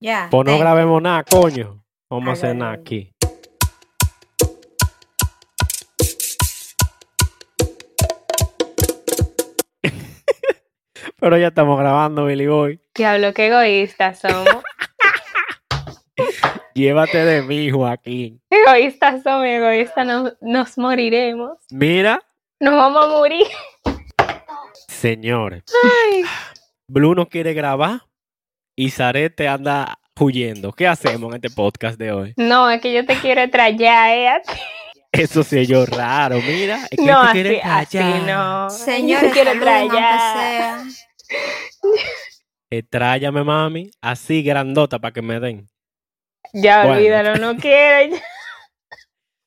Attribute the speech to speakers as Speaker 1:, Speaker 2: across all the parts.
Speaker 1: Ya.
Speaker 2: Pues no
Speaker 1: ten.
Speaker 2: grabemos nada, coño. Vamos a hacer
Speaker 1: Hágalo.
Speaker 2: nada aquí. Pero ya estamos grabando, Billy Boy.
Speaker 3: Diablo, qué egoístas somos.
Speaker 2: Llévate de mí, Joaquín.
Speaker 3: egoístas somos, egoístas nos, nos moriremos.
Speaker 2: Mira,
Speaker 3: Nos vamos a morir.
Speaker 2: señores,
Speaker 3: Ay,
Speaker 2: Blue no quiere grabar y Zarete anda huyendo. ¿Qué hacemos en este podcast de hoy?
Speaker 3: No, es que yo te quiero trallar, ¿eh? a ti.
Speaker 2: Eso se yo raro, mira. es que
Speaker 3: No,
Speaker 2: te
Speaker 3: así,
Speaker 2: quiere
Speaker 3: así
Speaker 2: callar.
Speaker 3: no.
Speaker 1: Señores,
Speaker 3: yo te quiero
Speaker 1: saluden, aunque
Speaker 3: trallar.
Speaker 1: sea.
Speaker 2: Eh, trállame, mami, así grandota para que me den.
Speaker 3: Ya
Speaker 2: Bueno.
Speaker 3: olvídalo, no quiero.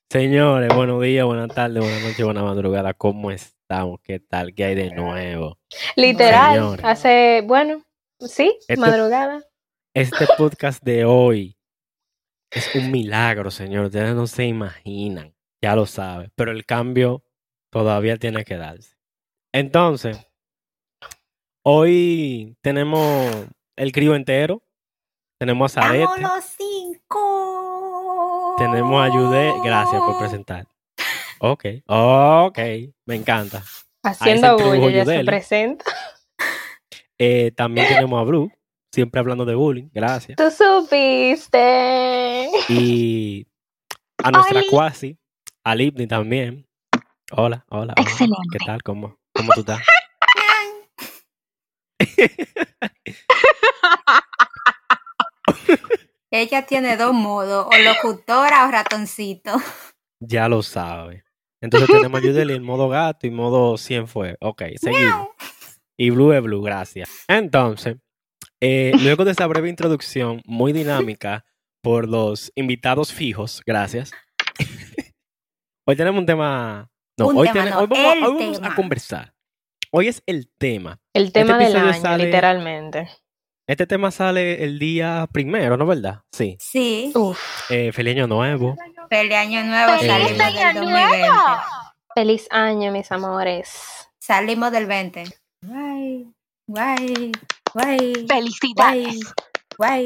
Speaker 2: Señores, buenos días, buenas tardes, buenas noches, buenas madrugadas. ¿Cómo estamos? ¿Qué tal? ¿Qué hay de nuevo?
Speaker 3: Literal,
Speaker 2: Señores.
Speaker 3: hace, bueno, sí,
Speaker 2: Este-
Speaker 3: madrugada.
Speaker 2: Este podcast de hoy es un milagro, señor. Ustedes no se imaginan, ya lo saben, pero el cambio todavía tiene que darse. Entonces, hoy tenemos el crío entero, tenemos a Zarete,
Speaker 1: ¡Vamos los cinco!
Speaker 2: tenemos a Jude. Gracias por presentar. Ok, ok, me encanta.
Speaker 3: Haciendo
Speaker 2: entró
Speaker 3: bulla, ya se
Speaker 2: Yudeli.
Speaker 3: presenta.
Speaker 2: Eh, también tenemos a Blue, siempre hablando de bullying, gracias.
Speaker 3: Tú supiste.
Speaker 2: Y a nuestra
Speaker 4: Oli.
Speaker 2: Quasi, a Lipni también. Hola, hola. hola.
Speaker 4: Excelente.
Speaker 2: ¿Qué tal? ¿Cómo, cómo tú estás?
Speaker 1: Ella tiene dos modos, o locutora o ratoncito.
Speaker 2: ya lo sabes. Entonces tenemos a Yudeli en modo gato y modo 100 fue. Ok, seguimos. Y Blue es Blue, gracias. Entonces, eh, luego de esta breve introducción muy dinámica por los invitados fijos, gracias. hoy tenemos un tema. No,
Speaker 1: Un
Speaker 2: hoy,
Speaker 1: tema
Speaker 2: tene-
Speaker 1: no,
Speaker 2: hoy vamos,
Speaker 1: el
Speaker 2: hoy vamos
Speaker 1: tema.
Speaker 2: a conversar. Hoy es el tema.
Speaker 3: El tema del
Speaker 2: Este episodio
Speaker 3: año,
Speaker 2: sale-
Speaker 3: literalmente.
Speaker 2: Este tema sale el día primero, ¿no es verdad? Sí.
Speaker 1: Sí,
Speaker 3: Uf,
Speaker 2: Eh, feliz año nuevo.
Speaker 1: feliz año nuevo,
Speaker 2: Feliz
Speaker 1: salimos del
Speaker 4: año
Speaker 1: 2020.
Speaker 3: feliz año, mis amores.
Speaker 1: Salimos del 20. Guay, guay, guay, guay,
Speaker 4: Felicidades.
Speaker 1: guay.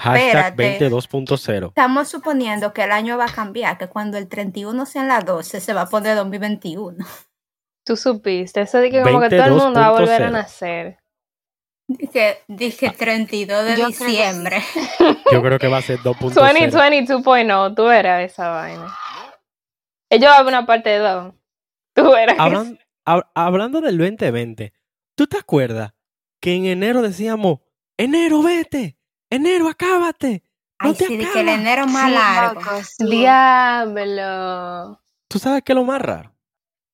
Speaker 2: Hashtag
Speaker 1: Espérate.
Speaker 2: 22.0.
Speaker 1: Estamos suponiendo que el año va a cambiar, que cuando el 31 sean las 12 se va a poner 2021.
Speaker 3: Tú supiste, eso de que como que todo el mundo va a volver a
Speaker 2: 22.0.
Speaker 3: nacer.
Speaker 1: Dije, dije 32 de
Speaker 4: Yo creo que sí.
Speaker 1: diciembre.
Speaker 2: Yo creo que va a ser 2.0.
Speaker 3: 2022.0, oh, tú eras esa vaina. Ellos abren una parte 2. Tú eras.
Speaker 2: Hablan- hab- hablando del 2020, ¿tú te acuerdas que en enero decíamos, enero vete, enero acábate? No
Speaker 1: Ay,
Speaker 2: te
Speaker 1: sí, dije el
Speaker 2: acabas.
Speaker 1: enero más
Speaker 4: Sí,
Speaker 1: largo.
Speaker 4: loco, sí.
Speaker 3: Diablo.
Speaker 2: ¿Tú sabes qué es lo más raro?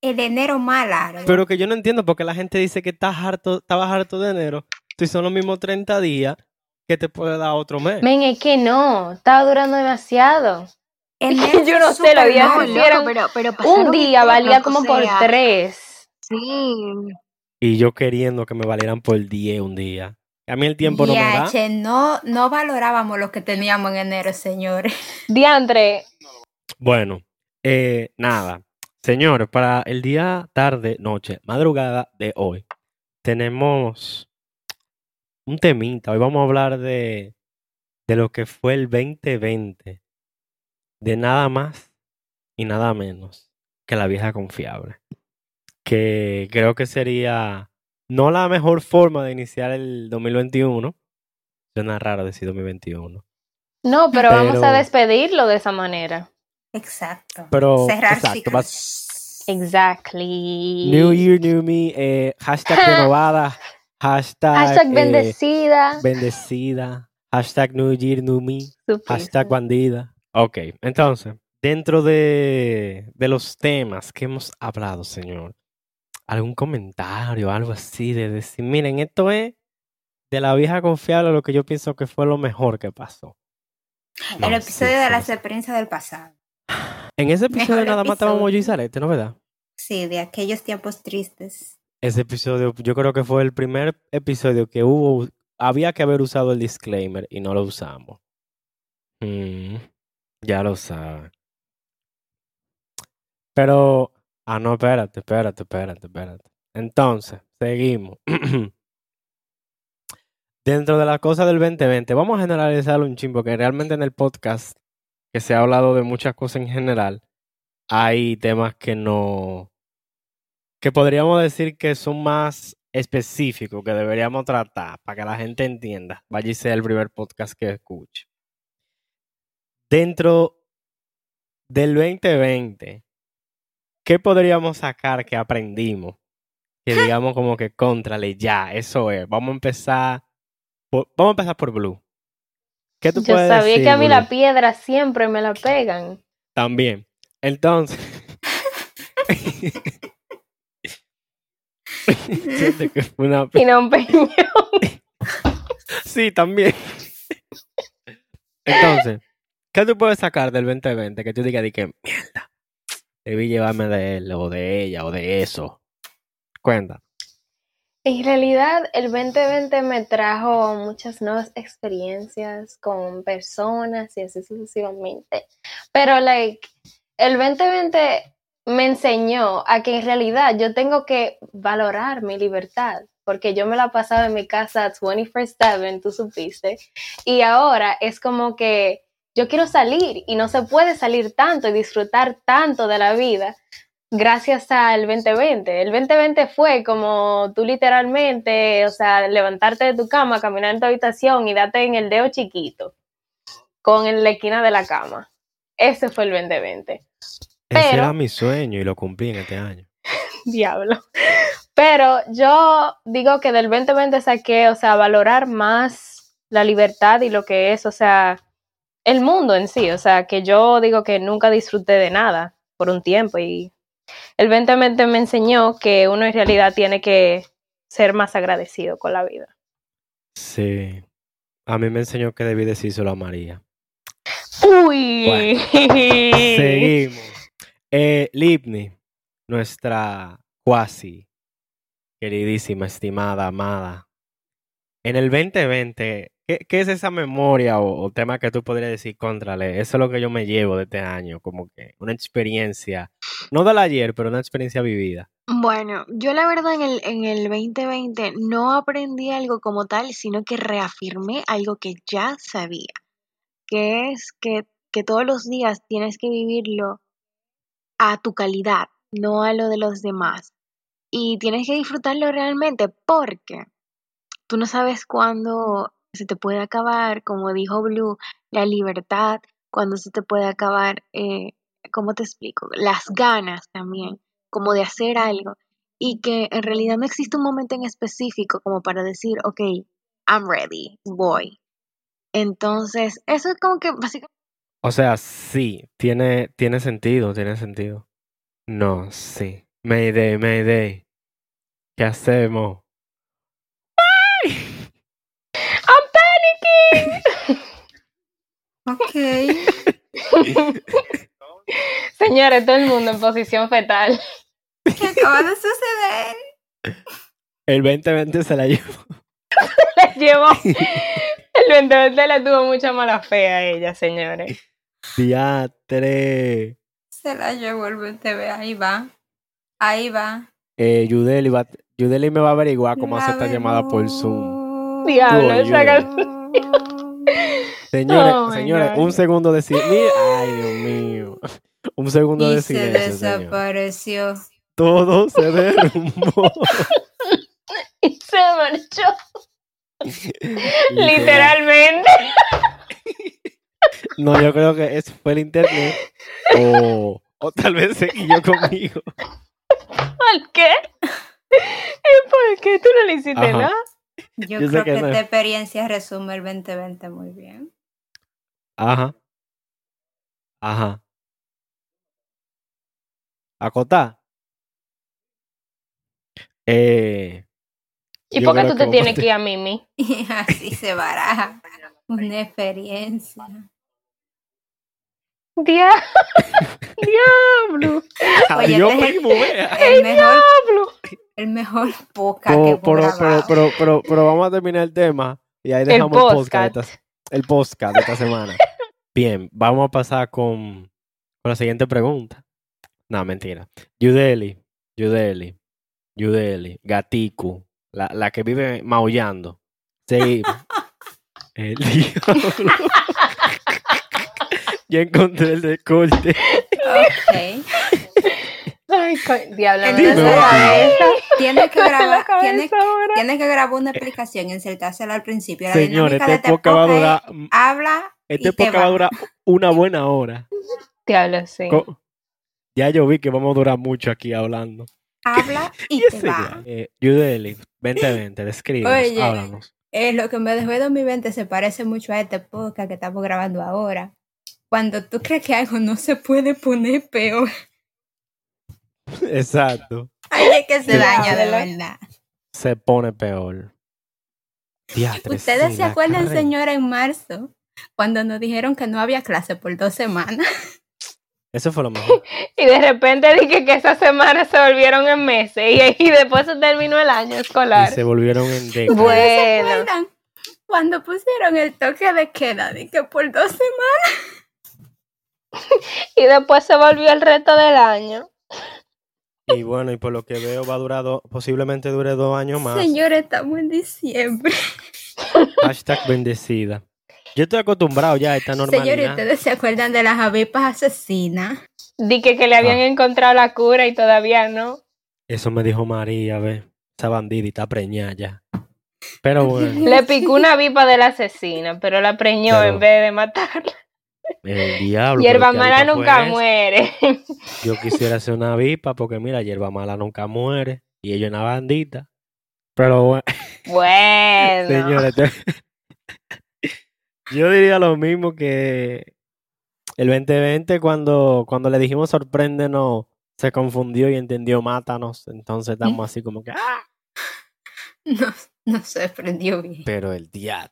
Speaker 1: El enero más largo.
Speaker 2: Pero que yo no entiendo porque la gente dice que estás harto, estabas harto de enero, si son los mismos 30 días que te puede dar otro mes.
Speaker 3: Men, es que no, estaba durando demasiado.
Speaker 1: Enero
Speaker 3: Yo no
Speaker 1: es
Speaker 3: sé, lo
Speaker 1: súper
Speaker 3: vi ahora.
Speaker 4: No,
Speaker 1: largo.
Speaker 4: loco,
Speaker 3: hicieron
Speaker 4: pero, pero pasaron
Speaker 3: Un día
Speaker 4: cosas,
Speaker 3: valía
Speaker 4: o
Speaker 3: como
Speaker 4: sea,
Speaker 3: por tres.
Speaker 4: Sí.
Speaker 2: Y yo queriendo que me valieran por 10 un día. A mí el tiempo no me da.
Speaker 1: Yache, no, no valorábamos lo que teníamos en enero, señores.
Speaker 3: Diantre,
Speaker 2: Bueno, eh, nada. Señores, para el día, tarde, noche, madrugada de hoy, tenemos un temita. Hoy vamos a hablar de, de lo que fue el 2020. De nada más y nada menos que la vieja confiable. Que creo que sería no la mejor forma de iniciar el 2021. Suena raro decir 2021.
Speaker 3: no, pero vamos
Speaker 2: Pero-
Speaker 3: a despedirlo de esa manera.
Speaker 1: Exacto.
Speaker 2: Pero,
Speaker 1: Cerrar
Speaker 2: exacto,
Speaker 1: ciclos.
Speaker 2: va-
Speaker 3: Exactly.
Speaker 2: New Year, New Me, eh, hashtag renovada, hashtag,
Speaker 3: Hashtag
Speaker 2: eh,
Speaker 3: bendecida.
Speaker 2: bendecida, hashtag New Year, New Me,
Speaker 3: Supiste.
Speaker 2: hashtag bandida. Ok, entonces, dentro de, de los temas que hemos hablado, señor, algún comentario, algo así de decir, miren, esto es de la vieja confiable lo que yo pienso que fue lo mejor que pasó. No,
Speaker 1: El
Speaker 2: sí,
Speaker 1: episodio
Speaker 2: sí,
Speaker 1: de las
Speaker 2: sí.
Speaker 1: experiencias del pasado.
Speaker 2: En ese episodio
Speaker 1: Mejor
Speaker 2: nada más estábamos yo y Zarete, ¿no verdad?
Speaker 1: Sí, de aquellos tiempos tristes.
Speaker 2: Ese episodio, yo creo que fue el primer episodio que hubo, había que haber usado el disclaimer y no lo usamos. Mm, ya lo saben. Pero, ah, no, espérate, espérate, espérate, espérate. Entonces, seguimos. Dentro de las cosas del 2020, vamos a generalizar un chingo, porque realmente en el podcast, que se ha hablado de muchas cosas en general, hay temas que no. que podríamos decir que son más específicos, que deberíamos tratar para que la gente entienda. Vaya y sea el primer podcast que escuche. Dentro del 2020, ¿qué podríamos sacar que aprendimos? Que digamos como que contrale ya, eso es. Vamos a empezar por, vamos a empezar por Blue. ¿Qué tú
Speaker 3: Yo
Speaker 2: puedes
Speaker 3: sabía
Speaker 2: decir,
Speaker 3: que a mí la
Speaker 2: Blue?
Speaker 3: piedra siempre me la pegan.
Speaker 2: También. Entonces. Siento que fue una-
Speaker 3: Y no me
Speaker 2: Sí, también. Entonces, ¿qué tú puedes sacar del 2020 que tú digas de que mierda? Debí llevarme de él o de ella o de eso. Cuenta.
Speaker 3: En realidad, el 2020 me trajo muchas nuevas experiencias con personas y así sucesivamente. Pero, like, el 2020 me enseñó a que en realidad yo tengo que valorar mi libertad, porque yo me la pasaba en mi casa 24/7, tú supiste, y ahora es como que yo quiero salir y no se puede salir tanto y disfrutar tanto de la vida gracias al 2020. El 2020 fue como tú literalmente, o sea, levantarte de tu cama, caminar en tu habitación y darte en el dedo chiquito, con en la esquina de la cama. Ese fue el 2020.
Speaker 2: Ese
Speaker 3: Pero-
Speaker 2: era mi sueño y lo cumplí en este año.
Speaker 3: Diablo. Pero yo digo que del 2020 saqué, o sea, valorar más la libertad y lo que es, o sea, el mundo en sí. O sea, que yo digo que nunca disfruté de nada por un tiempo y el 2020 me enseñó que uno en realidad tiene que ser más agradecido con la vida.
Speaker 2: Sí. A mí me enseñó que debí decírselo a María.
Speaker 3: Uy.
Speaker 2: Seguimos. Eh, Lipni, nuestra cuasi queridísima, estimada, amada. En el 2020, ¿qué, qué es esa memoria o, o tema que tú podrías decir, contrale? Eso es lo que yo me llevo de este año, como que una experiencia, no del ayer, pero una experiencia vivida.
Speaker 4: Bueno, yo la verdad en el, en el 2020 no aprendí algo como tal, sino que reafirmé algo que ya sabía, que es que, que todos los días tienes que vivirlo a tu calidad, no a lo de los demás. Y tienes que disfrutarlo realmente porque tú no sabes cuándo se te puede acabar, como dijo Blue, la libertad, cuándo se te puede acabar, eh, ¿cómo te explico? Las ganas también como de hacer algo y que en realidad no existe un momento en específico como para decir, ok, I'm ready, voy. Entonces, eso es como que básicamente
Speaker 2: O sea, sí, tiene, tiene sentido, tiene sentido. No, sí. Mayday, Mayday. ¿Qué hacemos?
Speaker 3: I'm panicking.
Speaker 1: Ok.
Speaker 3: Señores, todo el mundo en posición fetal.
Speaker 1: ¿Qué acaba de suceder?
Speaker 2: El 2020 se la llevó.
Speaker 3: La llevó. El 2020 la tuvo mucha mala fe a ella, señores.
Speaker 2: Diatre.
Speaker 1: Se la llevó el 2020. Ahí va. Ahí va.
Speaker 2: Eh, Yudeli, va- Yudeli me va a averiguar cómo hacer esta Ah, llamada por
Speaker 1: Oh
Speaker 2: Zoom.
Speaker 3: Diablo,
Speaker 2: Tú, esa Señores,
Speaker 3: Oh, my
Speaker 2: señores,
Speaker 3: God.
Speaker 2: un segundo de silencio. Ay, Dios mío. Un segundo
Speaker 1: Y
Speaker 2: de
Speaker 1: se
Speaker 2: silencio. señor.
Speaker 1: desapareció.
Speaker 2: Todo se derrumbó.
Speaker 3: Y se marchó. Literalmente.
Speaker 2: No, yo creo que eso fue el internet. O, o tal vez se yo conmigo.
Speaker 3: ¿Por qué? ¿Y por qué tú no le hiciste
Speaker 2: Ajá.
Speaker 3: nada?
Speaker 1: Yo,
Speaker 2: Yo sé
Speaker 1: creo
Speaker 2: que
Speaker 1: que
Speaker 2: no.
Speaker 1: esta experiencia resume el 2020 muy bien.
Speaker 2: Ajá. Ajá. Acotar. Eh,
Speaker 3: ¿Y
Speaker 2: yo
Speaker 3: por qué
Speaker 2: creo
Speaker 3: tú te
Speaker 2: que
Speaker 3: tienes que ir a Mimi?
Speaker 1: Y así se baraja una experiencia.
Speaker 3: Dia- Diablo.
Speaker 1: Oye,
Speaker 2: Adiós,
Speaker 1: este es el-
Speaker 2: primo, vea.
Speaker 1: El mejor,
Speaker 3: Diablo.
Speaker 1: el mejor poca que
Speaker 2: Pero,
Speaker 1: hemos
Speaker 2: pero, pero,
Speaker 1: grabado.
Speaker 2: pero, pero, pero vamos a terminar el tema y ahí
Speaker 3: El
Speaker 2: dejamos el podcast,
Speaker 3: podcast.
Speaker 2: de esta, el podcast de esta semana. Bien, vamos a pasar con, con la siguiente pregunta. No, mentira. Yudeli, Yudeli, Yudeli, Gatiku, la, la que vive maullando. Seguimos. El diablo. ya encontré el de corte.
Speaker 1: Ok.
Speaker 3: Ay, co- diablo, no
Speaker 1: Dime,
Speaker 3: me la
Speaker 2: Otis.
Speaker 3: esa.
Speaker 1: Tienes que grabar, tienes,
Speaker 3: ahora.
Speaker 1: tienes que grabar una explicación y insertársela al principio. La
Speaker 2: Señores,
Speaker 1: dinámica
Speaker 2: esta
Speaker 1: de esta
Speaker 2: época va a
Speaker 1: época es
Speaker 2: durar.
Speaker 1: habla
Speaker 2: Esta
Speaker 1: y te
Speaker 2: época va a
Speaker 1: va.
Speaker 2: durar una buena hora.
Speaker 3: Diablo, sí.
Speaker 2: Co- Ya yo vi que vamos a durar mucho aquí hablando.
Speaker 1: habla y
Speaker 2: ¿Qué
Speaker 1: te
Speaker 2: será?
Speaker 1: va.
Speaker 2: Eh, Yudeli, 2020, descríbenos,
Speaker 1: Oye.
Speaker 2: háblanos.
Speaker 1: Eh, lo que me dejó en 2020 se parece mucho a este podcast que estamos grabando ahora. Cuando tú crees que algo no se puede poner peor,
Speaker 2: Exacto.
Speaker 1: ay, es que se
Speaker 2: Sí.
Speaker 1: daña de
Speaker 3: Ábrela.
Speaker 1: verdad.
Speaker 2: Se pone peor. Diatre,
Speaker 1: ¿Ustedes
Speaker 2: sí,
Speaker 1: se
Speaker 2: la
Speaker 1: acuerdan,
Speaker 2: carrera.
Speaker 1: señora, en marzo? Cuando nos dijeron que no había clase por dos semanas.
Speaker 2: Eso fue lo mejor.
Speaker 3: Y de repente dije que esas semanas se volvieron en meses y, y después se terminó el año
Speaker 2: Y
Speaker 3: escolar.
Speaker 2: se volvieron en décadas.
Speaker 3: Bueno,
Speaker 1: ¿Recuerdan? Cuando pusieron el toque de queda, de que por dos semanas.
Speaker 3: y después se volvió el reto del año.
Speaker 2: Y bueno, y por lo que veo va a durar, dos- posiblemente dure dos años más.
Speaker 1: Señora, estamos en diciembre.
Speaker 2: Hashtag bendecida. Yo estoy acostumbrado ya a esta normalidad.
Speaker 1: Señores, ¿ustedes se acuerdan de las avispas asesinas?
Speaker 3: Dije que le habían
Speaker 2: Ah.
Speaker 3: encontrado la cura y todavía no.
Speaker 2: Eso me dijo María, ve. Esa bandida está preñada ya. Pero bueno,
Speaker 3: Le picó una vipa del asesino, pero la preñó
Speaker 2: Claro.
Speaker 3: en vez de matarla.
Speaker 2: el diablo. pero
Speaker 3: Hierba
Speaker 2: qué
Speaker 3: mala
Speaker 2: avispa
Speaker 3: nunca
Speaker 2: fue
Speaker 3: muere.
Speaker 2: esa. Yo quisiera hacer una vipa porque mira, hierba mala nunca muere. Y ella es una bandita. Pero bueno.
Speaker 3: Bueno.
Speaker 2: Señores, te- yo diría lo mismo que el 2020 cuando, cuando le dijimos sorpréndenos, se confundió y entendió mátanos. Entonces estamos así como que, ¡ah!
Speaker 1: No, no se prendió bien.
Speaker 2: Pero el diablo.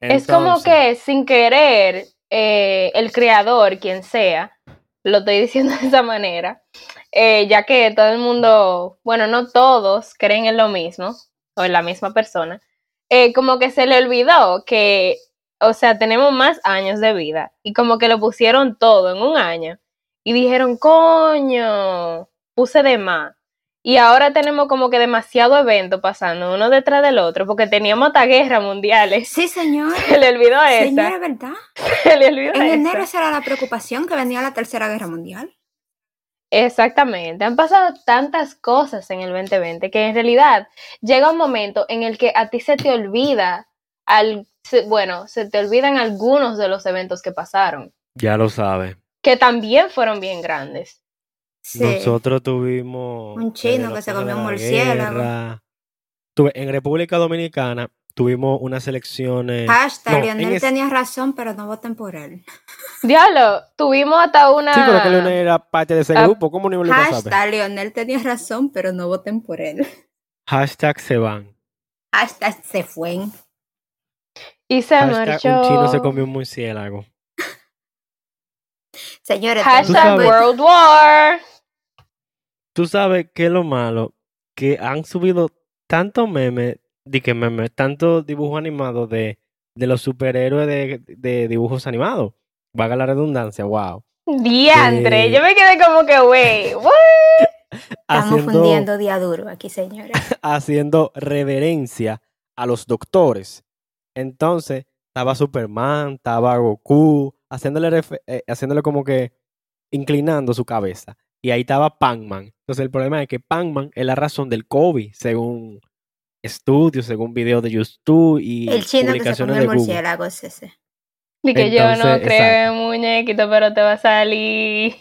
Speaker 3: Es como
Speaker 2: Entonces,
Speaker 3: que sin querer, eh, el creador, quien sea, lo estoy diciendo de esa manera, eh, ya que todo el mundo, bueno, no todos creen en lo mismo o en la misma persona, eh, como que se le olvidó que, o sea, tenemos más años de vida y como que lo pusieron todo en un año y dijeron, coño, puse de más. Y ahora tenemos como que demasiado evento pasando uno detrás del otro, porque teníamos hasta guerras mundiales.
Speaker 1: Sí, señor.
Speaker 3: Se le olvidó
Speaker 1: Señora,
Speaker 3: esa.
Speaker 1: ¿verdad?
Speaker 3: Se le olvidó
Speaker 1: En enero
Speaker 3: esa.
Speaker 1: será la preocupación que venía la Tercera Guerra Mundial.
Speaker 3: Exactamente. Han pasado tantas cosas en el 2020 que en realidad llega un momento en el que a ti se te olvida, al, se- bueno, se te olvidan algunos de los eventos que pasaron,
Speaker 2: ya lo sabes.
Speaker 3: que también fueron bien grandes.
Speaker 1: Sí.
Speaker 2: Nosotros tuvimos...
Speaker 1: Un chino que se
Speaker 2: desde
Speaker 1: comió un
Speaker 2: la
Speaker 1: murciélago.
Speaker 2: guerra. Tuve- en República Dominicana tuvimos unas elecciones...
Speaker 1: Hashtag,
Speaker 2: No, en
Speaker 1: Lionel
Speaker 2: es-
Speaker 1: tenía razón, pero no voten por él.
Speaker 3: Diablo, tuvimos hasta una...
Speaker 2: Sí, pero que Leonel era parte de ese
Speaker 3: Ah,
Speaker 2: grupo. ¿Cómo ni lo iba a saber?
Speaker 1: Hashtag, Lionel tenía razón, pero no voten por él.
Speaker 2: Hashtag se van.
Speaker 1: Hashtag, se fue.
Speaker 3: y se
Speaker 2: Hashtag
Speaker 3: marchó.
Speaker 2: un chino se comió un murciélago.
Speaker 1: Señores,
Speaker 2: Tú
Speaker 3: Hashtag
Speaker 2: sabes.
Speaker 1: tengo-
Speaker 3: World War.
Speaker 2: Tú sabes qué es lo malo, que han subido tantos memes, di que memes, tantos dibujos animados de, de los superhéroes de, de dibujos animados. Vaga la redundancia, wow.
Speaker 3: Diantre.
Speaker 2: Sí.
Speaker 3: Yo me quedé como que, wey, what?
Speaker 1: estamos
Speaker 2: Haciendo,
Speaker 1: fundiendo día duro aquí, señores.
Speaker 2: haciendo reverencia a los doctores. Entonces, estaba Superman, estaba Goku, haciéndole, refe- eh, haciéndole como que inclinando su cabeza. Y ahí estaba Pac-Man. Entonces el problema es que Pac-Man es la razón del COVID, según estudios, según videos de YouTube y
Speaker 1: El chino que se
Speaker 2: publicaciones
Speaker 1: comió el
Speaker 2: de Google.
Speaker 1: murciélago es ese.
Speaker 3: Y que yo no
Speaker 2: Entonces,
Speaker 3: creo
Speaker 2: exacto.
Speaker 3: en muñequito, pero te va a salir.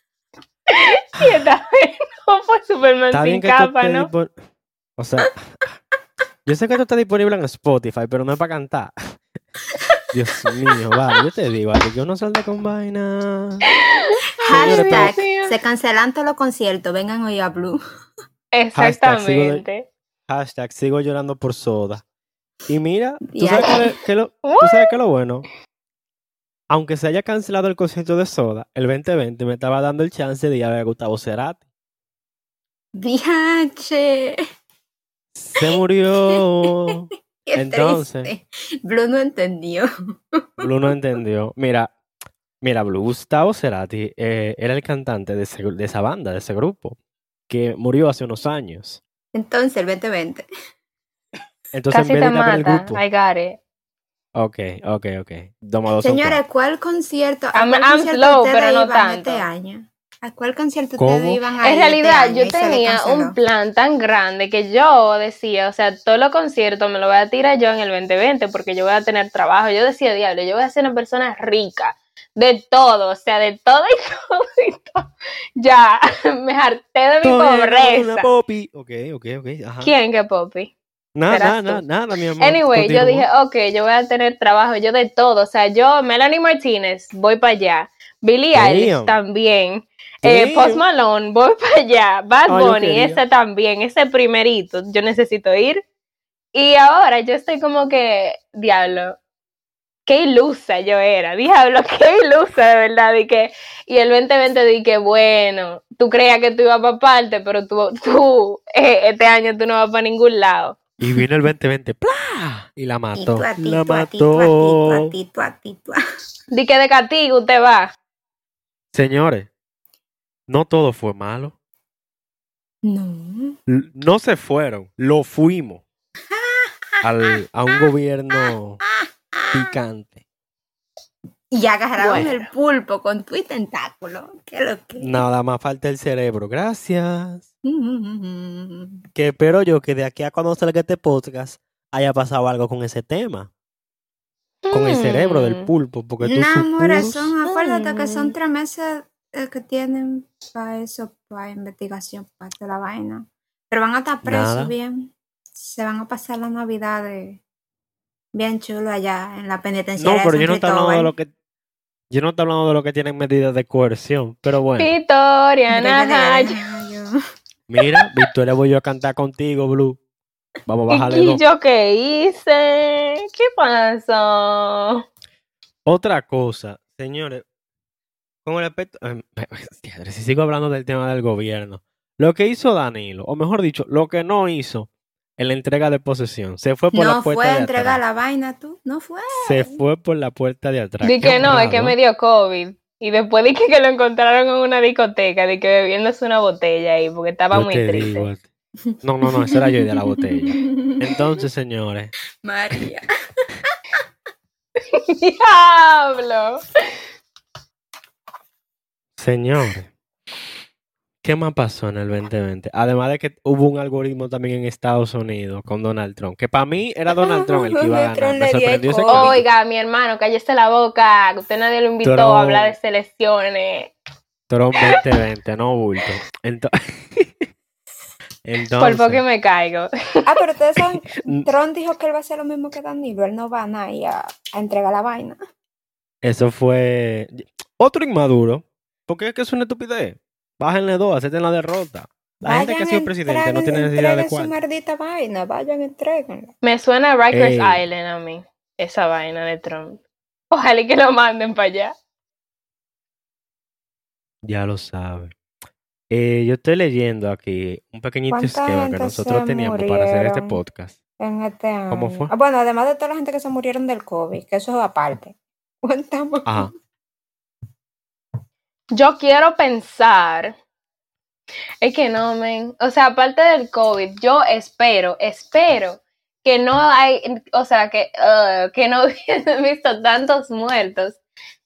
Speaker 3: y esta vez no fue Superman
Speaker 2: Está
Speaker 3: sin
Speaker 2: bien que esto
Speaker 3: capa,
Speaker 2: esté
Speaker 3: ¿no?
Speaker 2: dispon- O sea, yo sé que esto está disponible en Spotify, pero no es para cantar. Dios mío, vale, yo te digo, algo, yo no salgo con vaina. Señores, pero-
Speaker 1: Hashtag,
Speaker 3: Dios mío.
Speaker 1: se cancelan todos los conciertos, vengan hoy a Blue.
Speaker 3: Exactamente.
Speaker 2: Hashtag, sigo llorando por soda. Y mira, ¿tú
Speaker 1: Y
Speaker 2: sabes,
Speaker 1: ahí-
Speaker 2: cuál es- qué es lo,
Speaker 3: What?
Speaker 2: tú sabes qué es lo bueno? Aunque se haya cancelado el concierto de soda, el 2020 me estaba dando el chance de ir a ver a Gustavo Cerati.
Speaker 1: Viaje.
Speaker 2: Se murió. Entonces.
Speaker 1: Blue no entendió.
Speaker 2: Blue no entendió. Mira, mira, Blue, Gustavo Cerati eh, era el cantante de, ese- de esa banda, de ese grupo, que murió hace unos años.
Speaker 1: Entonces, el 2020.
Speaker 2: Entonces,
Speaker 3: Casi
Speaker 2: en
Speaker 3: te
Speaker 2: vez de dar el
Speaker 3: mata.
Speaker 2: gusto.
Speaker 3: I got it.
Speaker 2: Ok, ok, ok. Domados son
Speaker 1: Señores, ¿cuál concierto, a
Speaker 3: I'm-
Speaker 1: cuál
Speaker 3: I'm
Speaker 1: concierto
Speaker 3: slow,
Speaker 1: ustedes
Speaker 3: pero no
Speaker 1: iban
Speaker 3: tanto.
Speaker 1: este año? ¿A cuál concierto
Speaker 2: ¿Cómo?
Speaker 1: ustedes iban a
Speaker 3: En
Speaker 1: ir este
Speaker 3: realidad,
Speaker 1: año
Speaker 3: yo
Speaker 1: y se le
Speaker 3: tenía un
Speaker 1: canceló?
Speaker 3: plan tan grande que yo decía, o sea, todos los conciertos me lo voy a tirar yo en el 2020 porque yo voy a tener trabajo. Yo decía, diablo, yo voy a ser una persona rica, de todo, o sea, de todo y todo y todo. Ya, me harté de mi
Speaker 2: Todo bien,
Speaker 3: pobreza.
Speaker 2: una popi. Ok, ok, ok. Ajá.
Speaker 3: ¿Quién que Poppy?
Speaker 2: Nada,
Speaker 3: Serás
Speaker 2: nada,
Speaker 3: tú.
Speaker 2: nada, nada, mi amor.
Speaker 3: Anyway, yo
Speaker 2: Continúa.
Speaker 3: dije, ok, yo voy a tener trabajo, yo de todo, o sea, yo, Melanie Martínez, voy para allá, Billie
Speaker 2: Damn.
Speaker 3: Eilish también, eh,
Speaker 2: Damn.
Speaker 3: Post Malone, voy para allá, Bad
Speaker 2: Ah, yo
Speaker 3: Bunny,
Speaker 2: quería.
Speaker 3: ese también, ese primerito, yo necesito ir. Y ahora yo estoy como que, diablo, qué ilusa yo era, diablo, qué ilusa de verdad, y que, y el 2020 dije, bueno, tú creías que tú ibas para parte, pero tú, tú eh, este año tú no vas para ningún lado.
Speaker 2: Y vino el 2020. ¡Pla! Y la
Speaker 1: Y
Speaker 2: mató.
Speaker 1: tú a ti,
Speaker 2: la
Speaker 1: tú a ti, tú a ti, tú
Speaker 2: mató.
Speaker 1: a ti, tú a ti, tú a
Speaker 3: Di que de castigo usted va.
Speaker 2: Señores, no todo fue malo.
Speaker 1: No.
Speaker 2: L- No se fueron, lo fuimos al- a un gobierno picante.
Speaker 1: Y agarraron
Speaker 3: Bueno.
Speaker 1: el pulpo con tu y tentáculo. ¿Qué lo que?
Speaker 2: Nada más falta el cerebro. Gracias.
Speaker 1: Mm.
Speaker 5: Que espero yo que de aquí a cuando salga este podcast haya pasado algo con ese tema.
Speaker 2: Con el cerebro del
Speaker 3: Mm.
Speaker 2: pulpo. Porque tú
Speaker 1: No, amores,
Speaker 2: supuros-
Speaker 1: son, acuérdate que
Speaker 3: Mm.
Speaker 1: son tres meses eh, que tienen para eso, para investigación, para toda la vaina. Pero van a estar presos
Speaker 2: Nada.
Speaker 1: bien. Se van a pasar la Navidad bien chulo allá en la penitenciaria
Speaker 2: No,
Speaker 1: de
Speaker 2: pero
Speaker 1: San
Speaker 2: yo no estoy hablando de
Speaker 1: Cristóbal.
Speaker 2: lo que. Yo no estoy hablando de lo que tienen medidas de coerción. Pero bueno.
Speaker 3: Victoriana Najayo.
Speaker 1: Najayo.
Speaker 2: Mira, Victoria, voy yo a cantar contigo, Blue. Vamos a bajarle
Speaker 3: ¿Y
Speaker 2: dos.
Speaker 3: yo qué hice? ¿Qué pasó?
Speaker 2: Otra cosa, señores, con respecto. em, diadre, Si sigo hablando del tema del gobierno, lo que hizo Danilo, o mejor dicho, lo que no hizo en la entrega de posesión, se fue por la
Speaker 1: No
Speaker 2: puerta
Speaker 1: fue a
Speaker 2: de
Speaker 1: entregar
Speaker 2: atrás.
Speaker 1: la vaina tú, no fue.
Speaker 2: Se fue por la puerta de atrás.
Speaker 3: Di
Speaker 2: Qué
Speaker 3: que no, es que
Speaker 2: honrado,
Speaker 3: me
Speaker 2: ¿eh?
Speaker 3: dio COVID. Y después dije que lo encontraron en una discoteca, de que bebiéndose una botella ahí, porque estaba
Speaker 2: Yo
Speaker 3: muy
Speaker 2: te
Speaker 3: triste.
Speaker 2: digo, No, no, no, esa era yo de la botella. Entonces, señores,
Speaker 1: María.
Speaker 3: ¡Diablo!
Speaker 2: señores, ¿qué más pasó en el 2020? Además de que hubo un algoritmo también en Estados Unidos con Donald Trump, que para mí era Donald Trump el que iba a
Speaker 1: Donald
Speaker 2: ganar.
Speaker 1: Trump le
Speaker 2: Me
Speaker 1: dio el
Speaker 2: sorprendió ese
Speaker 1: COVID.
Speaker 2: algoritmo.
Speaker 3: Oiga, mi hermano, cállese la boca, que usted nadie lo invitó
Speaker 2: Pero-
Speaker 3: a hablar de selecciones.
Speaker 2: Trump 2020, no bulto. Ento- Entonces,
Speaker 3: Por poco me caigo.
Speaker 1: Ah, pero ustedes saben,
Speaker 2: Mm.
Speaker 1: Tron dijo que él va a hacer lo mismo que Danilo, él no va a nada y a, a entregar la vaina.
Speaker 2: eso fue otro inmaduro. Porque es que es una estupidez. Bájenle dos, acepten la derrota. La gente que ha
Speaker 1: Vayan,
Speaker 2: sido presidente no
Speaker 1: entreguen-
Speaker 2: tiene necesidad de
Speaker 1: entreguen su
Speaker 2: cuarto.
Speaker 1: maldita vaina, vayan, entreguenla.
Speaker 3: Me suena a Rikers
Speaker 2: Ey.
Speaker 3: Island a mí, esa vaina de Trump. Ojalá y que lo manden para allá.
Speaker 2: Ya lo sabe. Eh, yo estoy leyendo aquí un pequeñito
Speaker 1: ¿Cuánta
Speaker 2: esquema que
Speaker 1: gente
Speaker 2: nosotros
Speaker 1: se
Speaker 2: teníamos para hacer este
Speaker 1: murieron?
Speaker 2: podcast.
Speaker 1: En este año.
Speaker 2: ¿Cómo fue?
Speaker 1: Ah, Bueno, además de toda la gente que se murieron del COVID, que eso es aparte. Cuéntame.
Speaker 2: Ajá.
Speaker 3: Yo quiero pensar. Es que no, men. O sea, aparte del COVID, yo espero, espero que no hay, o sea, que, uh, que no hubiesen visto tantos muertos,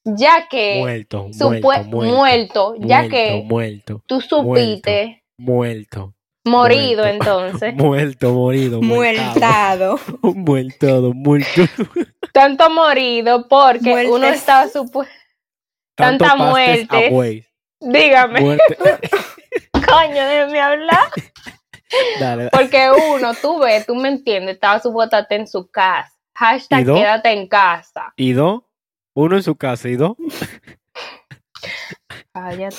Speaker 3: ya que
Speaker 2: Muerto,
Speaker 3: supue-
Speaker 2: muerto, muerto,
Speaker 3: muerto, ya
Speaker 2: muerto,
Speaker 3: que
Speaker 2: muerto,
Speaker 3: tú supiste
Speaker 2: muerto,
Speaker 3: morido
Speaker 2: muerto.
Speaker 3: entonces.
Speaker 2: muerto, morido, muertado,
Speaker 1: Muertado.
Speaker 2: muertado, muerto.
Speaker 3: Tanto morido porque uno
Speaker 1: Muertes.
Speaker 3: estaba supuesto. Tanta
Speaker 2: Tanto pastes
Speaker 3: muerte.
Speaker 2: away.
Speaker 3: Dígame,
Speaker 2: Muerte.
Speaker 3: coño, déjeme hablar.
Speaker 2: Dale, dale.
Speaker 3: Porque uno, tú ves, tú me entiendes, estaba supuesta a estar en su casa.
Speaker 2: ¿Y
Speaker 3: Hashtag
Speaker 2: dos?
Speaker 3: quédate en casa.
Speaker 2: Y dos, uno en su casa y dos.
Speaker 3: Cállate.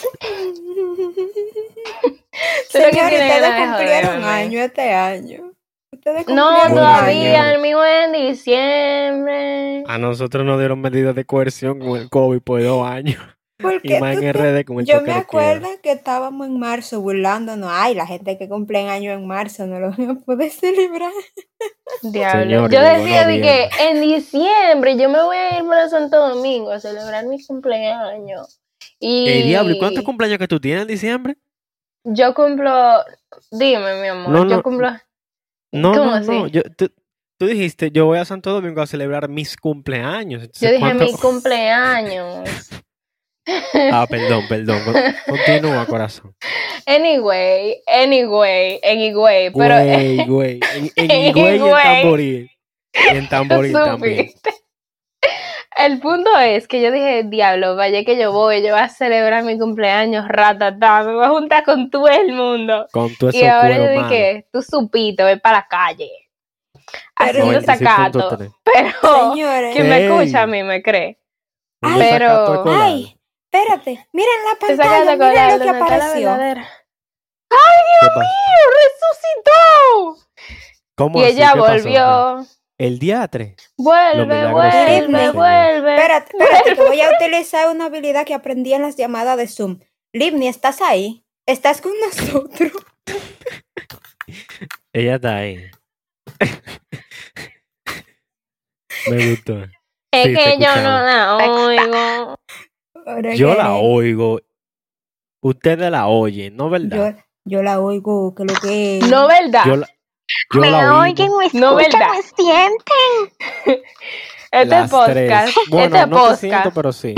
Speaker 1: Señores,
Speaker 3: tiene
Speaker 1: ustedes
Speaker 3: ganas de
Speaker 1: cumplieron
Speaker 3: joderme.
Speaker 1: año este año. Ustedes
Speaker 3: No,
Speaker 1: cumplieron
Speaker 3: todavía,
Speaker 1: año.
Speaker 3: el mío es en diciembre.
Speaker 2: A nosotros nos dieron medidas de coerción con el COVID por dos años.
Speaker 1: ¿Por
Speaker 2: Y
Speaker 1: qué
Speaker 2: más
Speaker 1: tú
Speaker 2: en
Speaker 1: te-
Speaker 2: RD con el
Speaker 1: Yo
Speaker 2: toque
Speaker 1: me
Speaker 2: de
Speaker 1: acuerdo
Speaker 2: queda.
Speaker 1: que estábamos en marzo burlándonos. Ay, la gente que cumple año en marzo no lo van a poder celebrar.
Speaker 3: Diablo.
Speaker 2: Señor,
Speaker 3: yo
Speaker 2: llegó
Speaker 3: decía de que
Speaker 2: noviembre.
Speaker 3: en diciembre yo me voy a ir para Santo Domingo a celebrar mi cumpleaños. Y
Speaker 2: Eh, diablo, ¿y cuántos cumpleaños que tú tienes en diciembre?
Speaker 3: Yo cumplo, dime mi amor,
Speaker 2: No, no,
Speaker 3: yo cumplo
Speaker 2: No, no,
Speaker 3: ¿Cómo
Speaker 2: no.
Speaker 3: así?
Speaker 2: Yo, tú- tú dijiste, yo voy a Santo Domingo a celebrar mis cumpleaños. Entonces,
Speaker 3: Yo dije
Speaker 2: ¿cuánto-
Speaker 3: mi cumpleaños.
Speaker 2: Ah, perdón, perdón. Continúa, corazón.
Speaker 3: Anyway, anyway, anyway, pero eh,
Speaker 2: Güey, güey. En, en
Speaker 3: en
Speaker 2: Higüey y en
Speaker 3: Higüey.
Speaker 2: Tamboril. Y en Tamboril
Speaker 3: Tú
Speaker 2: también.
Speaker 3: supiste. El punto es que yo dije, diablo, vaya que yo voy, yo voy a celebrar mi cumpleaños, ratatá, me voy a juntar con todo el mundo.
Speaker 2: Con tu eso
Speaker 3: Y ahora
Speaker 2: cuero,
Speaker 3: yo
Speaker 2: mano.
Speaker 3: dije, tú supito, ve para la calle. Haciendo sacato.
Speaker 2: 96.3.
Speaker 3: Pero
Speaker 1: Señores.
Speaker 3: quien me
Speaker 2: Ey.
Speaker 3: escucha a mí me cree.
Speaker 2: Un
Speaker 3: Ah, Pero-
Speaker 2: sacato de colado.
Speaker 1: Ay, espérate. Miren la
Speaker 3: Te sacas
Speaker 1: pantalla,
Speaker 3: de
Speaker 1: miren
Speaker 3: colar,
Speaker 1: lo que
Speaker 3: ¿dónde está la
Speaker 1: apareció.
Speaker 3: verdadera?
Speaker 2: ¿Qué pasa?
Speaker 3: ¡Resucitó!
Speaker 2: ¿Cómo
Speaker 3: Y
Speaker 2: así?
Speaker 3: ella
Speaker 2: ¿Qué pasó? Ah,
Speaker 3: volvió.
Speaker 2: El diatre. Los
Speaker 3: Vuelve,
Speaker 2: milagros
Speaker 1: del
Speaker 3: vuelve,
Speaker 1: Señor.
Speaker 3: vuelve.
Speaker 1: Espérate, espérate, que voy a utilizar una habilidad que aprendí en las llamadas de Zoom. Livni, ¿estás ahí? ¿Estás con nosotros?
Speaker 2: Ella está ahí. Me gustó.
Speaker 3: Es
Speaker 2: Sí, te
Speaker 3: que yo no
Speaker 2: escuchamos.
Speaker 3: la oigo.
Speaker 1: Ahora
Speaker 2: Yo
Speaker 1: que
Speaker 2: la
Speaker 1: le-
Speaker 2: oigo. Ustedes la oyen, ¿no verdad?
Speaker 1: Yo, yo la oigo, que lo que...
Speaker 3: No, ¿verdad?
Speaker 2: Yo la, yo
Speaker 4: me
Speaker 2: la
Speaker 4: oyen,
Speaker 2: oigo.
Speaker 4: me escuchan,
Speaker 3: No, ¿verdad?
Speaker 4: me sienten.
Speaker 3: Este
Speaker 2: las
Speaker 3: podcast,
Speaker 2: tres. Bueno,
Speaker 3: este
Speaker 2: no te
Speaker 3: podcast,
Speaker 2: siento, pero sí.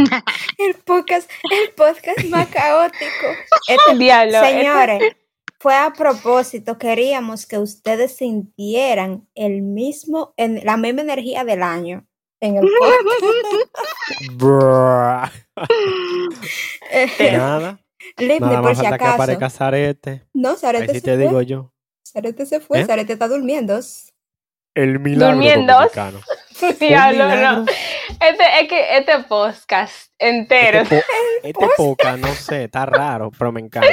Speaker 1: El podcast, el podcast más caótico. Este-
Speaker 3: diablo, este-
Speaker 1: señores, fue a propósito. Queríamos que ustedes sintieran el mismo, en, la misma energía del año en el podcast.
Speaker 2: Brrr.
Speaker 1: Eh,
Speaker 2: Nada.
Speaker 1: Livni,
Speaker 2: Nada
Speaker 1: por
Speaker 2: más
Speaker 1: si
Speaker 2: falta que
Speaker 1: acaso.
Speaker 2: aparezca Zarete.
Speaker 1: No,
Speaker 2: Ahí
Speaker 1: Sarete
Speaker 2: sí
Speaker 1: se,
Speaker 2: te digo
Speaker 1: fue.
Speaker 2: yo.
Speaker 1: Sarete se fue.
Speaker 2: ¿Eh?
Speaker 1: Sarete está durmiendo.
Speaker 2: El milagro
Speaker 3: Durmiendo.
Speaker 2: dominicano. Un
Speaker 3: diablo,
Speaker 2: milagro.
Speaker 3: no. Este, es que este podcast entero
Speaker 2: Este, po- este poca, no sé, está raro, pero me encanta.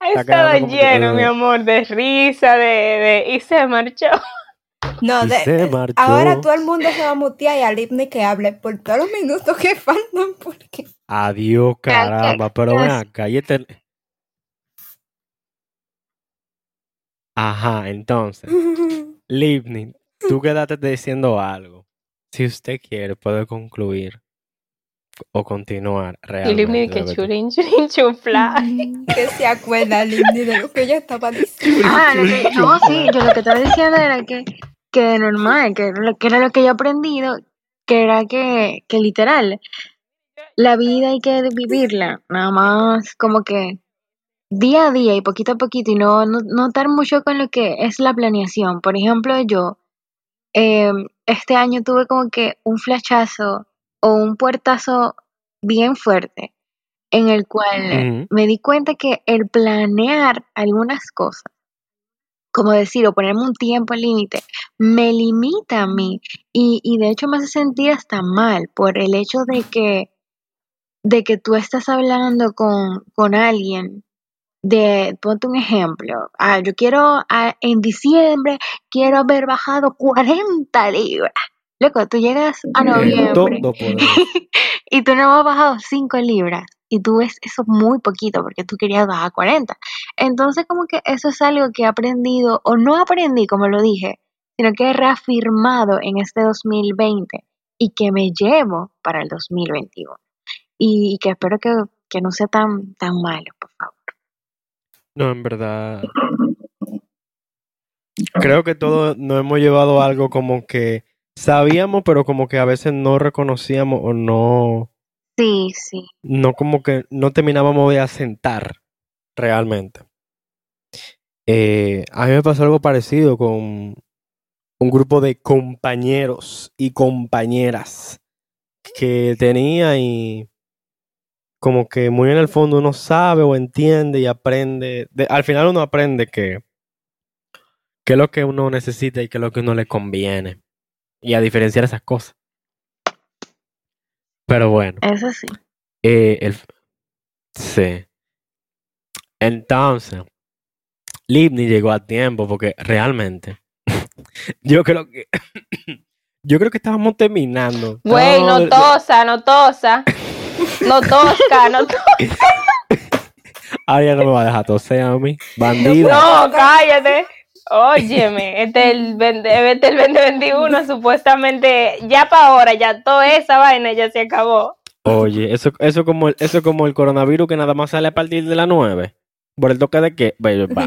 Speaker 3: ha
Speaker 2: está
Speaker 3: estado
Speaker 2: quedando como que-
Speaker 3: lleno, mi amor, de risa, de, de y se marchó.
Speaker 1: No,
Speaker 2: Y
Speaker 1: de-
Speaker 2: se
Speaker 1: eh,
Speaker 2: marchó.
Speaker 1: ahora todo el mundo se va a mutear y a Livni que hable por todos los minutos que faltan porque
Speaker 2: Adiós, caramba. Pero ven acá, y este- Ajá, entonces, Livni, tú
Speaker 3: Mm.
Speaker 2: quédate diciendo algo. Si usted quiere, puede concluir o continuar
Speaker 3: Y
Speaker 2: realmente.
Speaker 3: Livni que
Speaker 2: lo que tú-
Speaker 3: chulín, chulín, chufla.
Speaker 1: que se acuerda Livni de lo que ella estaba diciendo.
Speaker 4: Ah, lo que- no, sí, yo lo que estaba diciendo era que, que normal, que, lo- que era lo que yo he aprendido, que era que, que literal, la vida hay que vivirla, nada más como que día a día y poquito a poquito y no, no, no estar mucho con lo que es la planeación. Por ejemplo, yo eh, este año tuve como que un flachazo o un puertazo bien fuerte en el
Speaker 2: Ujú.
Speaker 4: cual me di cuenta que el planear algunas cosas, como decir, o ponerme un tiempo límite, me limita a mí. Y, y de hecho me hace sentir hasta mal por el hecho de que, de que tú estás hablando con, con alguien. De, ponte un ejemplo, ah, yo quiero, ah, en diciembre, quiero haber bajado 40 libras. Loco, tú llegas a
Speaker 2: El
Speaker 4: noviembre
Speaker 2: todopoderoso.
Speaker 4: y tú no has bajado 5 libras. Y tú ves eso muy poquito porque tú querías bajar 40. Entonces como que eso es algo que he aprendido, o no aprendí como lo dije, sino que he reafirmado en este 2020 y que me llevo para el 2021. Y, y que espero que, que no sea tan, tan malo, por favor.
Speaker 2: No, en verdad. Creo que todos nos hemos llevado algo como que sabíamos, pero como que a veces no reconocíamos o no,
Speaker 4: Sí, sí.
Speaker 2: no como que no terminábamos de asentar realmente. Eh, a mí me pasó algo parecido con un grupo de compañeros y compañeras que tenía y como que muy en el fondo uno sabe o entiende y aprende. de- al final uno aprende que qué es lo que uno necesita y qué es lo que uno le conviene. Y a diferenciar esas cosas. Pero bueno.
Speaker 4: Eso sí.
Speaker 2: Eh, el... Sí. Entonces, Livni llegó a tiempo porque realmente yo creo que yo creo que estábamos terminando.
Speaker 3: Güey,
Speaker 2: Estábamos
Speaker 3: no
Speaker 2: de-
Speaker 3: tosa, no tosa. No tosca, no tosca.
Speaker 2: Ariel no me va a dejar toser a mí. Bandida.
Speaker 3: No, cállate. Óyeme, este es el 20 este es el 2021, supuestamente ya para ahora, ya toda esa vaina ya se acabó.
Speaker 2: Oye, eso eso como el, eso como el coronavirus que nada más sale a partir de las 9. Por el toque de que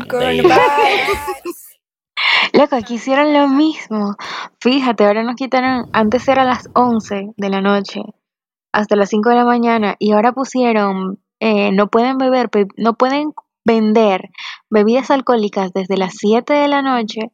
Speaker 1: Coronavirus.
Speaker 4: Loco, aquí hicieron lo mismo. Fíjate, ahora nos quitaron, antes era las 11 de la noche hasta las 5 de la mañana y ahora pusieron, eh, no pueden beber, pe- no pueden vender bebidas alcohólicas desde las 7 de la noche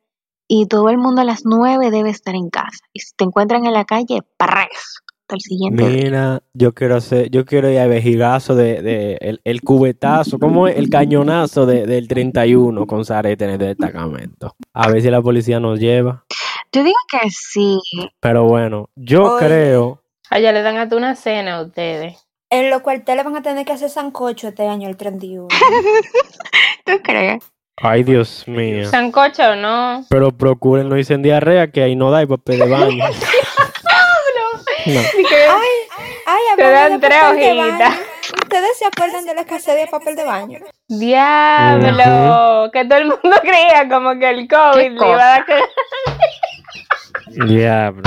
Speaker 4: y todo el mundo a las 9 debe estar en casa. Y si te encuentran en la calle, ¡parres! Hasta el siguiente día.
Speaker 2: Mira, yo quiero hacer, yo quiero ir al vejigazo de, de- el, el cubetazo, ¿cómo es? El cañonazo de- del 31 con Zarete en el destacamento. A ver si la policía nos lleva.
Speaker 4: Yo digo que sí.
Speaker 2: Pero bueno, yo
Speaker 1: Oye.
Speaker 2: creo,
Speaker 3: Allá le dan hasta una cena a ustedes.
Speaker 1: En los cuarteles van a tener que hacer sancocho este año, el 31.
Speaker 4: ¿Tú crees?
Speaker 2: ay Dios mío.
Speaker 3: Sancocho o no.
Speaker 2: Pero procuren no dicen diarrea que ahí no da y papel de baño. No.
Speaker 3: Así que-
Speaker 1: Ay,
Speaker 3: Te
Speaker 1: hablando
Speaker 3: dan
Speaker 1: de papel
Speaker 3: tres
Speaker 1: de baño,
Speaker 3: hojitas.
Speaker 1: ¿Ustedes se acuerdan de la escasez de papel de baño?
Speaker 3: Diablo, que todo el mundo creía como que el COVID le iba a dar que-
Speaker 6: Diablo.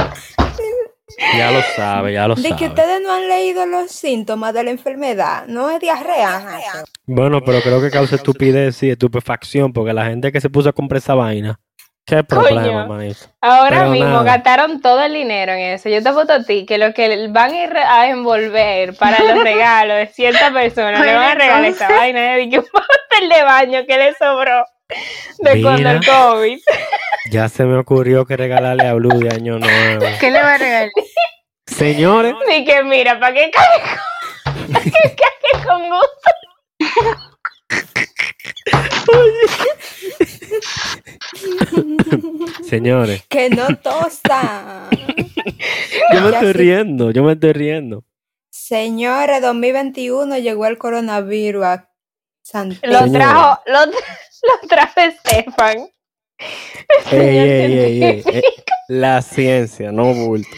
Speaker 6: Ya lo sabe, ya lo
Speaker 1: De que
Speaker 6: sabe.
Speaker 1: ustedes no han leído los síntomas de la enfermedad. No es diarrea. Nacho.
Speaker 2: Bueno, pero creo que causa estupidez y estupefacción porque la gente que se puso a comprar esa vaina, qué problema,
Speaker 3: Coño.
Speaker 2: manito.
Speaker 3: Ahora
Speaker 2: Pero
Speaker 3: mismo
Speaker 2: nada.
Speaker 3: gastaron todo el dinero en eso. Yo te voto a ti que lo que van a, ir a envolver para los regalos de cierta persona, le
Speaker 4: Bueno,
Speaker 3: van a regalar esa vaina de que un papel de baño que le sobró de cuando el
Speaker 2: Mira.
Speaker 3: COVID.
Speaker 2: Ya se me ocurrió que regalarle a Blue de año nuevo.
Speaker 4: ¿Qué le va a regalar?
Speaker 2: Señores,
Speaker 3: Así que mira, ¿para qué cague con- pa' que cague con gusto?
Speaker 2: señores,
Speaker 1: Que no tosa.
Speaker 2: yo
Speaker 1: Ya
Speaker 2: me estoy
Speaker 1: sí.
Speaker 2: riendo, yo me estoy riendo.
Speaker 1: Señores, 2021 llegó el coronavirus a
Speaker 3: Lo
Speaker 1: Santiago.
Speaker 2: Señora.
Speaker 3: trajo, lo, tra- lo trajo Estefan.
Speaker 2: Ey,
Speaker 3: Señor
Speaker 2: ey, ey, ey,
Speaker 3: científico.
Speaker 2: eh, La ciencia, no bulto.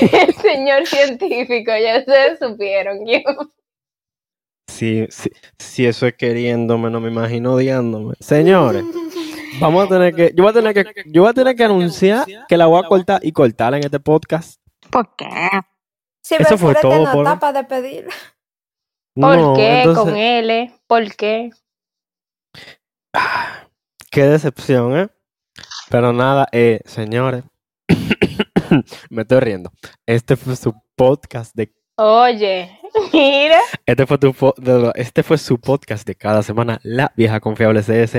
Speaker 3: El señor científico, ya ustedes supieron quién fue.
Speaker 2: Si, si, si eso es queriéndome, no me imagino odiándome. Señores, vamos a tener que, yo voy a tener que, yo voy a tener que anunciar que la voy a cortar y cortarla en este podcast.
Speaker 4: ¿Por qué?
Speaker 1: Si
Speaker 2: Eso fue
Speaker 1: Belfurete
Speaker 2: todo
Speaker 1: no
Speaker 2: por hoy.
Speaker 1: está para despedir.
Speaker 3: ¿Por
Speaker 2: No,
Speaker 3: qué? Con
Speaker 2: entonces,
Speaker 3: L, ¿por qué?
Speaker 2: qué decepción, ¿eh? Pero nada, eh, señores, me estoy riendo. Este fue su podcast de
Speaker 3: Oye, mira.
Speaker 2: Este fue, tu po- de- de- este fue su podcast de cada semana, La Vieja Confiable CS.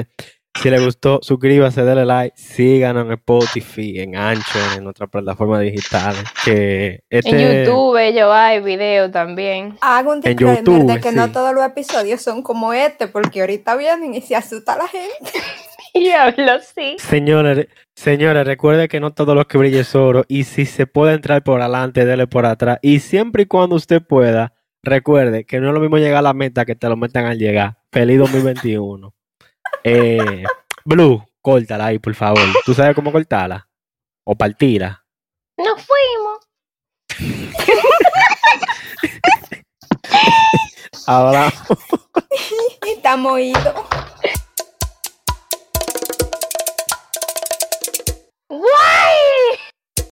Speaker 2: Si les gustó, suscríbase, denle like, síganos en Spotify, en Ancho, en otras plataformas digitales. Que
Speaker 3: En
Speaker 2: este,
Speaker 3: YouTube yo hay video también.
Speaker 1: Hago un
Speaker 2: En
Speaker 1: disclaimer de
Speaker 2: YouTube,
Speaker 1: que no
Speaker 2: sí.
Speaker 1: todos los episodios son como este, porque ahorita vienen y se asusta la gente.
Speaker 3: Diablo, sí.
Speaker 2: Señores, re- señores, recuerden que no todos los que brille es oro. Y si se puede entrar por adelante, dele por atrás. Y siempre y cuando usted pueda, recuerde que no es lo mismo llegar a la meta que te lo metan al llegar. Feliz 2021. Eh, Blue, córtala ahí, por favor. ¿Tú sabes cómo cortarla? O partirla.
Speaker 3: Nos fuimos.
Speaker 2: Ahora.
Speaker 1: Estamos oídos.